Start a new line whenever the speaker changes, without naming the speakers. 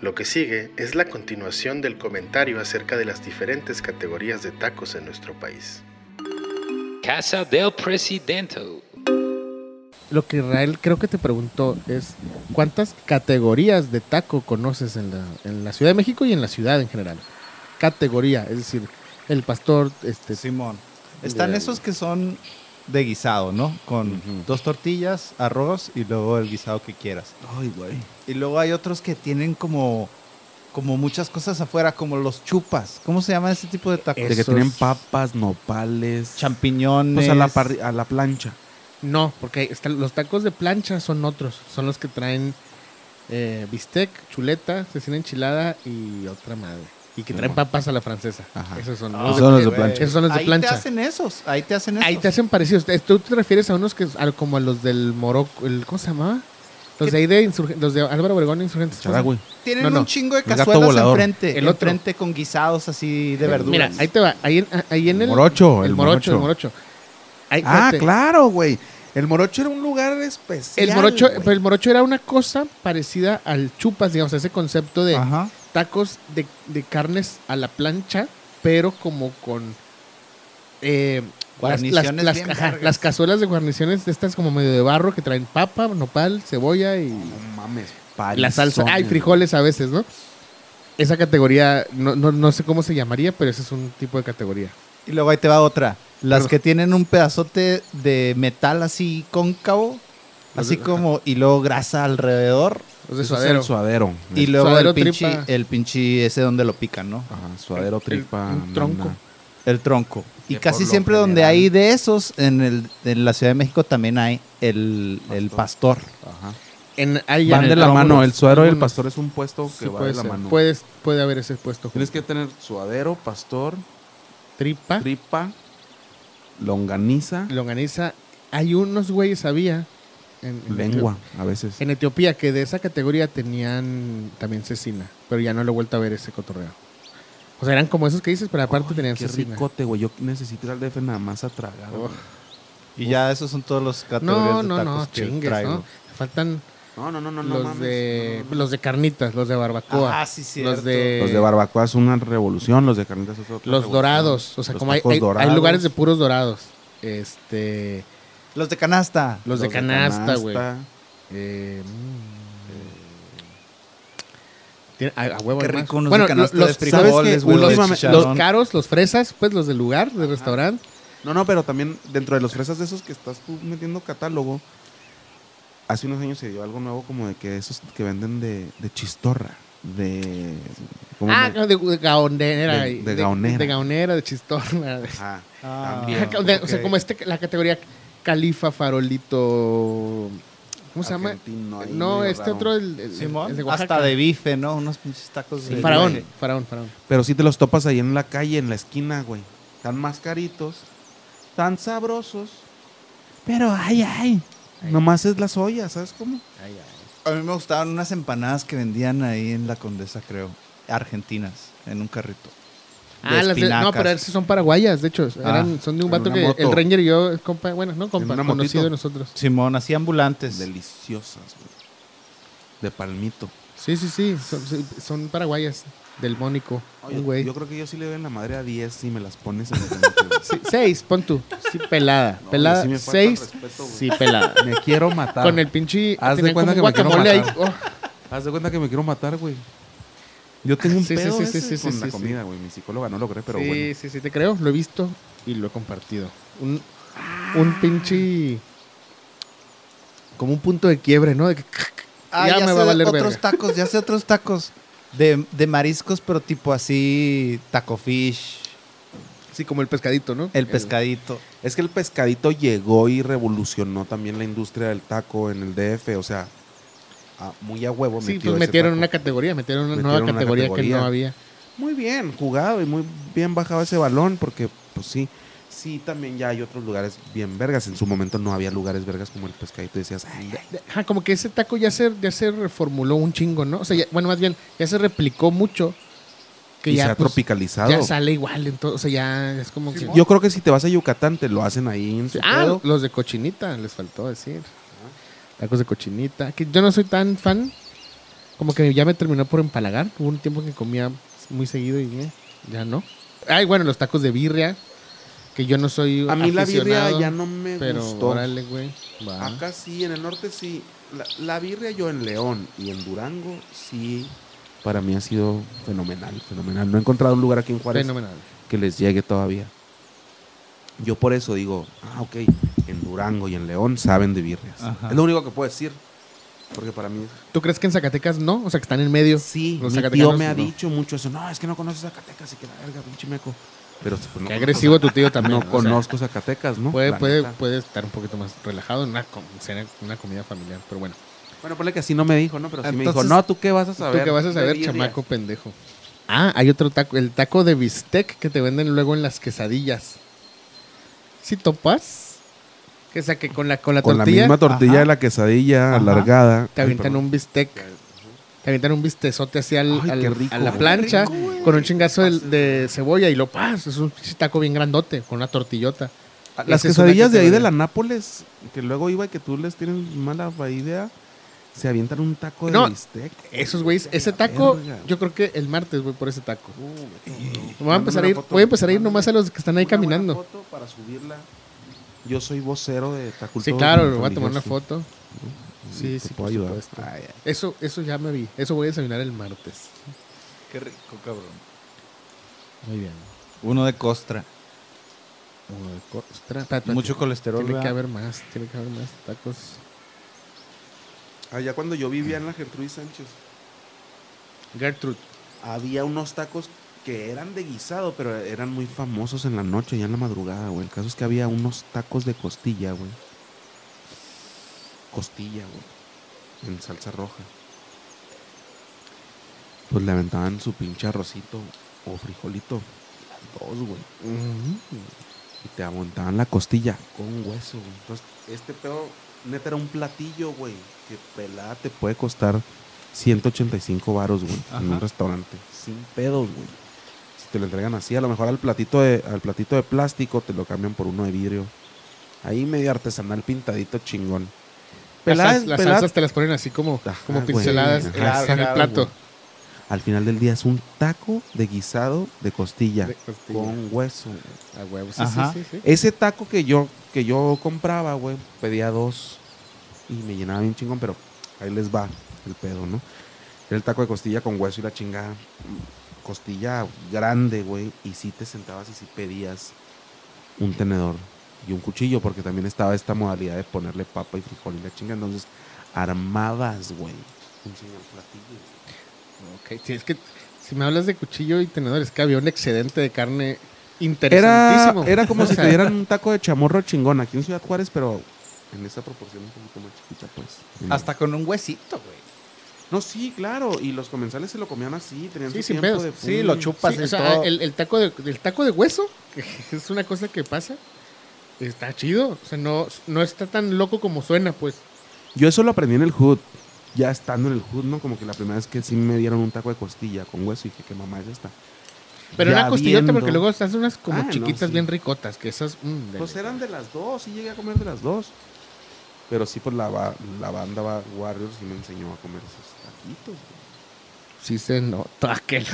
Lo que sigue es la continuación del comentario acerca de las diferentes categorías de tacos en nuestro país.
Casa del Presidente.
Lo que Israel creo que te preguntó es cuántas categorías de taco conoces en la, en la Ciudad de México y en la ciudad en general. Categoría, es decir, el pastor, este,
Simón. Están
Ya.
esos que son de guisado, ¿no? Con
Ujú.
dos tortillas, arroz y luego el guisado que quieras.
Ay, güey.
Y luego hay otros que tienen como, como muchas cosas afuera, como los chupas. ¿Cómo se llama ese tipo de tacos?
De que
Esos-
tienen papas, nopales,
Champiñones.
pues a la, parri- a la plancha.
No, porque están- los tacos de plancha son otros. Son los que traen eh, bistec, chuleta, cecina enchilada y otra madre. Y que traen
Ajá.
papas a la francesa.
Ajá.
Esos son
Ah,
los de-
Son los de
güey.
plancha.
Esos son los de
Ahí
plancha.
te hacen esos. Ahí te hacen esos.
Ahí te hacen parecidos. Eh, ¿Tú te refieres a unos que a- como a los del Morocco? El, ¿Cómo se llamaba? Los de ahí de Insurgen- los de Álvaro Obregón Insurgentes. ¿cómo se llama?
Charagüey.
Tienen
No, no.
un chingo de
El gato
cazuelas
volador.
enfrente.
El otro.
Enfrente con guisados así de
Mira,
verduras.
ahí te va. Ahí en, ah, ahí en el,
morocho,
el morocho, el morocho. Ahí,
Ah,
fíjate.
claro, güey. El morocho era un lugar especial.
El morocho,
güey.
pero el morocho era una cosa parecida al chupas, digamos, ese concepto de
Ajá.
tacos de, de carnes a la plancha, pero como con eh, las, las-
Guarniciones
las-
bien
ajá,
vergas.
las cazuelas de guarniciones de estas como medio de barro que traen papa, nopal, cebolla y
No mames,
la
palizones,
salsa. Ay, frijoles a veces, ¿no? Esa categoría, no, no, no sé cómo se llamaría, pero ese es un tipo de categoría.
Y luego ahí te va otra. Las
Pero-
que tienen un pedazote de metal así cóncavo, así
Ajá.
como, y luego grasa alrededor.
Los
Eso
de
es
suadero.
el suadero.
Y luego
suadero,
el pinche,
tripa.
el pinche ese donde lo pican, ¿no?
Ajá, suadero,
el-
tripa.
un tronco.
nana.
El tronco. Y
Que
casi
por lo
siempre donde
general-
hay de esos, en, el, en la Ciudad de México también hay el pastor. El pastor.
Ajá.
En, ahí en
Van de
el-
la mano.
algunos-
El suadero y el
algunos.
pastor es un puesto que
Sí,
va
puede
de la
ser.
mano.
Puedes- puede haber ese puesto.
Tienes que
junto.
tener suadero, pastor,
tripa.
tripa, longaniza,
longaniza. Hay unos güeyes, había. En, en-
lengua, a veces.
En Etiopía, que de esa categoría tenían también cecina, pero ya no lo he vuelto a ver ese cotorreo. O sea, eran como esos que dices, pero aparte
Ay,
tenían
Qué
cecina.
ricote, güey. Yo necesito ir al DF nada más a tragar. güey.
Ugh.
Y ya esos son todos los categorías
No,
de
no,
tacos
no,
que
chingues,
traigo.
¿no? Faltan
No, no, no, no, no
los,
mames.
de,
No, no, no.
los de carnitas, los de barbacoa,
Ah, sí, cierto.
los de,
Los de barbacoa es una revolución, los de carnitas es otra
los
revolución.
dorados. O sea,
Los
como hay,
tacos
hay- hay
dorados.
lugares de puros dorados. Este,
Los de canasta.
los, de canasta, güey. Eh, tiene- a, a huevo
Qué
además.
rico unos de
bueno,
canasta
lo-
de
los,
frijoles,
¿sabes qué?
güey,
los,
de
los
chicharrón.
caros, los fresas, pues los del lugar, del restaurante.
No, no, pero también dentro de los fresas de esos que estás tú metiendo catálogo, hace unos años se dio algo nuevo como de que esos que venden de, de chistorra, de... ¿cómo
Ah,
se-
de, de gaonera.
De-
y-
de gaonera.
De gaonera, de chistorna. de-
Ajá,
Ah,
también.
Ajá, de- O sea,
ok.
como este, la categoría califa, farolito. ¿Cómo se llama?
Argentino, ahí
No,
medio
este
raro.
otro, el, el-
Simón,
el de Oaxaca.
hasta de bife, ¿no? Unos pinches tacos
Sí,
de
faraón,
bife.
faraón, faraón.
Pero sí te los topas ahí en la calle, en la esquina, güey. Tan más caritos, tan sabrosos. Pero ay, ay. Nomás es las ollas, ¿sabes cómo?
A mí me gustaban unas empanadas que vendían ahí en la Condesa, creo. Argentinas, en un carrito.
Ah, las de, no,
espinacas.
pero esas son paraguayas, de hecho. Eran, son de un
en
vato
una
que
moto.
el Ranger y yo, es compa, bueno, no compa,
una
conocido
motito.
de nosotros.
Simón, así ambulantes.
Deliciosas, güey. De palmito.
Sí, sí, sí, son, sí, son paraguayas del Mónico.
yo,
Un güey.
yo creo que yo sí le doy en la madre a 10 si me las pones en el momento, güey.
Sí, seis, pon tú. Sí, pelada.
No,
pelada.
sí me falta el
seis.
respeto, güey.
sí, pelada.
Me quiero matar.
Con el pinche.
Haz de
tenían
cuenta
como un
que me quiero
guacamole ahí. Oh,
Haz de cuenta que me quiero matar, güey. Yo tengo un
Sí, sí,
pedo
sí,
ese
sí, sí,
con
sí,
la
sí.
comida, güey. Mi psicóloga no logré,
Oh,
pero
sí,
bueno.
sí, sí, te creo. Lo he visto y lo he compartido. Un, un pinche. Como un punto de quiebre, ¿no? De que,
Ah,
ya,
ya,
me
sé
va a valer
otros
verga.
tacos, ya sé otros tacos. De, de mariscos, pero tipo así, taco fish,
Sí, como el pescadito, ¿no?
el pescadito.
Es que el pescadito llegó y revolucionó también la industria del taco en el DF, o sea, a- muy a huevo.
Sí,
metió
pues
ese
metieron
taco.
una categoría, metieron una
Metieron
nueva
una
categoría,
categoría.
que no había.
Muy bien jugado y muy bien bajado ese balón, porque pues sí, sí también ya hay otros lugares bien vergas. En su momento no había lugares vergas como el pescadito y decías, ay, ay,
Ajá, como que ese taco ya se, ya se reformuló un chingo, ¿no? O sea, ya- bueno, más bien, ya se replicó mucho. Que
y
ya,
se ha
pues,
tropicalizado.
ya sale igual, entonces, o sea, ya es como que...
Yo creo que si te vas a Yucatán te lo hacen ahí en su
ah,
pedo.
los de cochinita, les faltó decir. Tacos de cochinita. Que yo no soy tan fan, Como que ya me terminó por empalagar. Hubo un tiempo que comía muy seguido y eh, ya no. Ay, bueno, los tacos de birria. Que yo no soy.
A mí la birria
aficionado,
ya no me
Pero
gustó.
órale, güey. va.
Acá sí, en el norte sí. La, la birria yo en León y en Durango sí. Para mí ha sido fenomenal, fenomenal. No he encontrado un lugar aquí en Juárez
Fenomenal.
que les llegue todavía. Yo por eso digo, ah, ok, en Durango y en León saben de birrias.
Ajá.
Es lo único que puedo decir. Porque para mí
¿Tú crees que en Zacatecas no? O sea, que están en medio.
Sí,
Los
mi tío
zacatecanos,
me ha
no.
dicho mucho eso. No, es que no conoces Zacatecas y que la verga, pinche meco. Pero pues, no
Qué
conozco
agresivo tu tío
Zaca- No
también. o sea,
conozco Zacatecas, ¿no?
puede,
La
puede,
neta.
puede estar un poquito más relajado en una, com- cena- una comida familiar. Pero bueno.
Bueno, ponle que así no me dijo, ¿no? Pero sí me dijo,
Entonces,
no, ¿tú qué vas a saber?
¿Tú qué vas a
de
saber,
birria?"
chamaco pendejo? Ah, hay otro taco, el taco de bistec que te venden luego en las quesadillas. ¿Sí topas? Que o sea, que con la, con la
Con la
tortilla
misma tortilla
Ajá.
de la quesadilla
Ajá.
alargada.
te avientan un bistec. Te avientan un bistezote así al,
Ay,
al-
qué rico.
a la
Ay,
plancha
qué rico, güey.
con un chingazo de, de cebolla y lo pas. Es un pinche taco bien grandote con una tortillota.
Ah, Las
Esa es una
quesadillas de ahí de
quesadilla.
la Nápoles, que luego iba y que tú les tienes mala idea, se avientan un taco de
No,
bistec.
Esos güeyes, ese
La
taco,
verga.
yo creo que el martes voy por ese taco.
Uh,
Voy a empezar a ir, voy a empezar a ir nomás a los que están ahí caminando.
para subirla. Yo soy vocero de Taculto.
Sí, claro, le voy a tomar una foto. Sí,
Sí,
sí,
sí,
por
puedo ayudar.
supuesto. Eso, eso ya me vi. Eso voy a desayunar el martes.
Qué rico, cabrón.
Muy bien.
Uno de costra.
Uno de co- Ostras, espérate, espérate.
Mucho colesterol.
Tiene que
¿verdad?
haber más, tiene que haber más tacos.
Allá cuando yo vivía en la Gertrudis Sánchez,
Gertrude.
había unos tacos que eran de guisado, pero eran muy famosos en la noche y en la madrugada, güey. El caso es que había unos tacos de costilla, güey. Costilla, güey. En salsa roja. Pues le aventaban su pinche arrocito o frijolito. Las dos, güey. Y te amontaban la costilla con hueso, güey. Entonces, este pedo, neta, era un platillo, güey. Que pelada te puede costar 185 varos, güey. En
Ajá.
un restaurante. Sin pedos, güey. Si te lo entregan así, a lo mejor al platito de, al platito de plástico te lo cambian por uno de vidrio. Ahí medio artesanal pintadito chingón.
Las,
Pelada
sal-
es-
las
pelada-
salsas te las ponen así como,
Ajá,
como
güey.
pinceladas
Ajá,
en, en el
claro,
plato.
güey. Al final del día es un taco de guisado de costilla.
De costilla.
Con hueso, güey.
A huevo, sí,
Ajá.
sí, sí, sí.
Ese taco que yo, que yo compraba, güey, pedía dos y me llenaba bien chingón, pero ahí les va el pedo, ¿no? Era el taco de costilla con hueso y la chingada. Costilla grande, güey, y si te sentabas y si pedías un tenedor y un cuchillo, porque también estaba esta modalidad de ponerle papa y frijol y la chinga. Entonces, armabas, güey, un señor platillo.
Ok, sí, es que si me hablas de cuchillo y tenedor, es que había un excedente de carne
Era,
interesantísimo.
era como
O
si
sea,
te dieran un taco de chamorro chingón aquí en Ciudad Juárez, pero en esa proporción un poquito más chiquita, pues.
Hasta con un huesito, güey.
No, sí, claro. Y los comensales se lo comían así, tenían
Sí,
su
sin
tiempo
pedos.
de
Sí,
full.
lo chupas
Sí,
y
o sea,
todo.
el, el taco de, el taco de hueso, que es una cosa que pasa, está chido. O sea, no, no está tan loco como suena, pues.
Yo eso lo aprendí en el Hood. Ya estando en el Hood, ¿no? Como que la primera vez que sí me dieron un taco de costilla con hueso y que qué mamá es esta.
Pero
Ya
una costillota,
viendo-
porque luego se hacen unas como
Ah, no,
chiquitas
sí.
bien ricotas, que esas. mm, de-
Pues eran de las dos, sí llegué a comer de las dos. Pero sí, pues la, ba- la banda ba- Warriors sí me enseñó a comer esos taquitos. güey.
Sí se nota que.